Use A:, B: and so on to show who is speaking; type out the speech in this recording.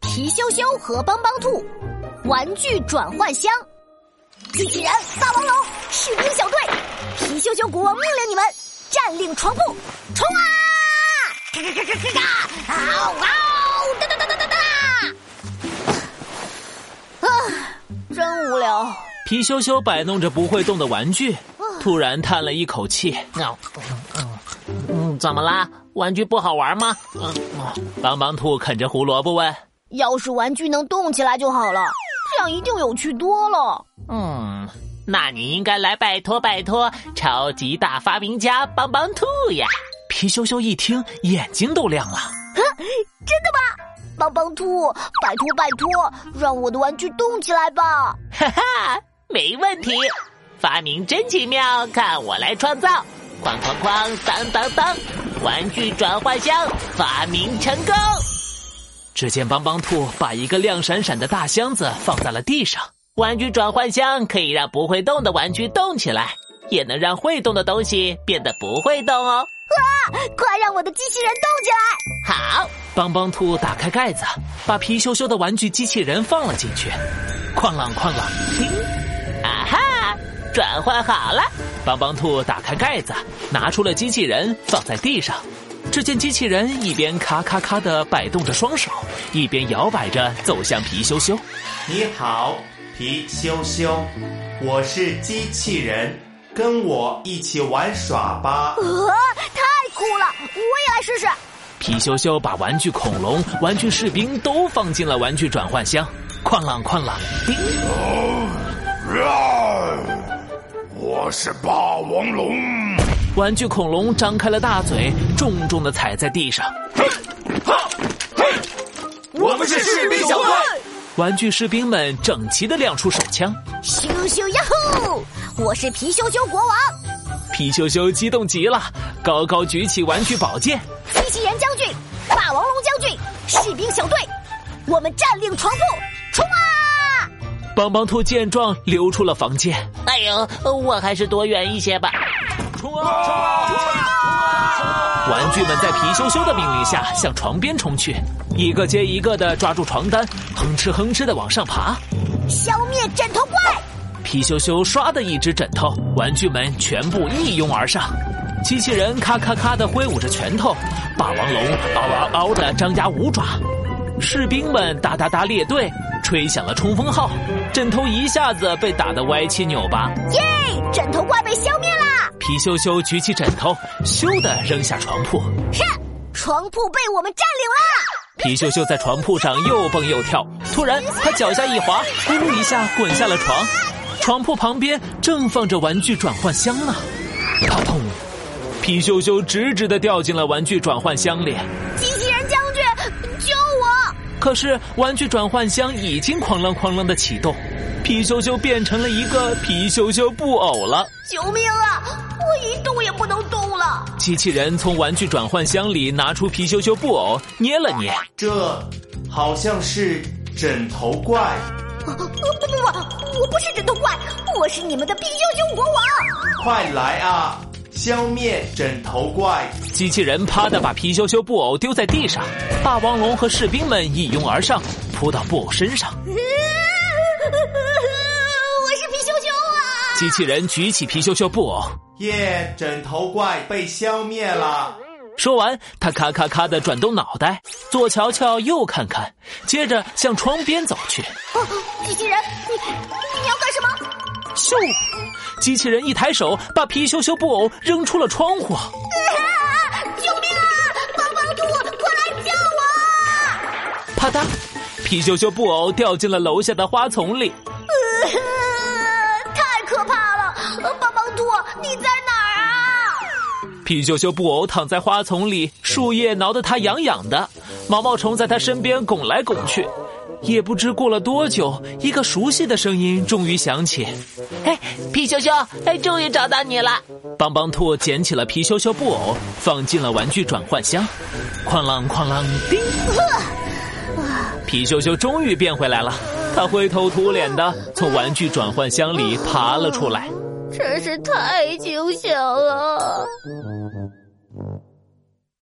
A: 皮羞羞和帮帮兔，玩具转换箱，机器人霸王龙，士兵小队，皮羞羞国王命令你们占领床铺，冲啊！咔咔咔咔咔咔！嗷嗷！哒哒哒哒哒哒！啊，真无聊。
B: 皮羞羞摆弄着不会动的玩具，
C: 哦
B: 突然叹了一口气。
C: 嗯嗯嗯，怎么啦？玩具不好玩吗？嗯，
B: 帮帮兔啃着胡萝卜问
A: 要是玩具能动起来就好了，这样一定有趣多了。
C: 嗯，那你应该来拜托拜托超级大发明家帮帮兔呀！：“
B: 皮羞羞一听，眼睛都亮了。
A: 真的吗？帮帮兔，拜托拜托，让我的玩具动起来吧！
C: 哈哈，没问题，发明真奇妙，看我来创造！哐哐哐，当当当，玩具转换箱发明成功！
B: 只见帮帮兔把一个亮闪闪的大箱子放在了地上。
C: 玩具转换箱可以让不会动的玩具动起来，也能让会动的东西变得不会动哦。
A: 快让我的机器人动起来！
C: 好，
B: 帮帮兔打开盖子，把皮羞羞的玩具机器人放了进去。哐啷哐啷，
C: 啊哈，转换好了。
B: 帮帮兔打开盖子，拿出了机器人，放在地上。只见机器人一边咔咔咔地摆动着双手，一边摇摆着走向皮羞羞。
D: 你好，皮羞羞，我是机器人，跟我一起玩耍吧。
A: 啊，太酷了！我也来试试。
B: 皮羞羞把玩具恐龙、玩具士兵都放进了玩具转换箱。哐啷哐啷，叮！
E: 我是霸王龙，
B: 玩具恐龙张开了大嘴，重重地踩在地上。
E: 我们是士兵小队。
B: 玩具士兵们整齐地亮出手枪。
A: 咻咻呀吼！我是皮羞羞国王，
B: 皮羞羞激动极了，高高举起玩具宝剑。
A: 机器人将军，霸王龙将军，士兵小队，我们占领床铺，冲啊！
B: 帮帮兔见状溜出了房间。
C: 哎呦，我还是躲远一些吧。
B: 冲啊！冲啊！冲啊！玩具们在皮羞羞的命令下向床边冲去，一个接一个的抓住床单，哼哧哼哧的往上爬。
A: 消灭枕头怪！
B: 皮羞羞唰的一只枕头，玩具们全部一拥而上。机器人咔咔咔的挥舞着拳头，霸王龙嗷嗷嗷的张牙舞爪，士兵们哒哒哒列队，吹响了冲锋号，枕头一下子被打得歪七扭八。
A: 耶！枕头怪被消灭啦！
B: 皮羞羞举起枕头，咻的扔下床铺。
A: 哼，床铺被我们占领啦！
B: 皮羞羞在床铺上又蹦又跳，突然她脚下一滑，咕噜一下滚下了床。床铺旁边正放着玩具转换箱呢，啪砰！皮羞羞直直的掉进了玩具转换箱里。
A: 机器人将军，救我！
B: 可是玩具转换箱已经哐啷哐啷的启动，皮羞羞变成了一个皮羞羞布偶了。
A: 救命啊！我一动也不能动了。
B: 机器人从玩具转换箱里拿出皮羞羞布偶，捏了捏。
D: 这好像是枕头怪。
A: 不不不，我不是枕头怪，我是你们的皮羞羞国王。
D: 快来啊！消灭枕头怪！
B: 机器人啪的把皮羞羞布偶丢在地上，霸王龙和士兵们一拥而上，扑到布偶身上。
A: 我是皮羞羞啊！
B: 机器人举起皮羞羞布偶，
D: 耶，枕头怪被消灭了。
B: 说完，他咔咔咔的转动脑袋，左瞧瞧，右看看，接着向窗边走去。
A: 哦，机器人，你你要干什么？
B: 咻！机器人一抬手，把皮羞羞布偶扔出了窗户。
A: 救命啊！帮帮兔，快来救我！
B: 啪嗒，皮羞羞布偶掉进了楼下的花丛里。
A: 呃、太可怕了！呃帮帮兔，你在哪儿啊？
B: 皮羞羞布偶躺在花丛里，树叶挠得它痒痒的，毛毛虫在它身边拱来拱去。也不知过了多久，一个熟悉的声音终于响起。
C: 哎，皮羞羞，哎，终于找到你了。
B: 帮帮兔捡起了皮羞羞布偶，放进了玩具转换箱。哐啷哐啷，叮！皮羞羞终于变回来了，它灰头土脸的从玩具转换箱里爬了出来。
A: 真是太惊险了！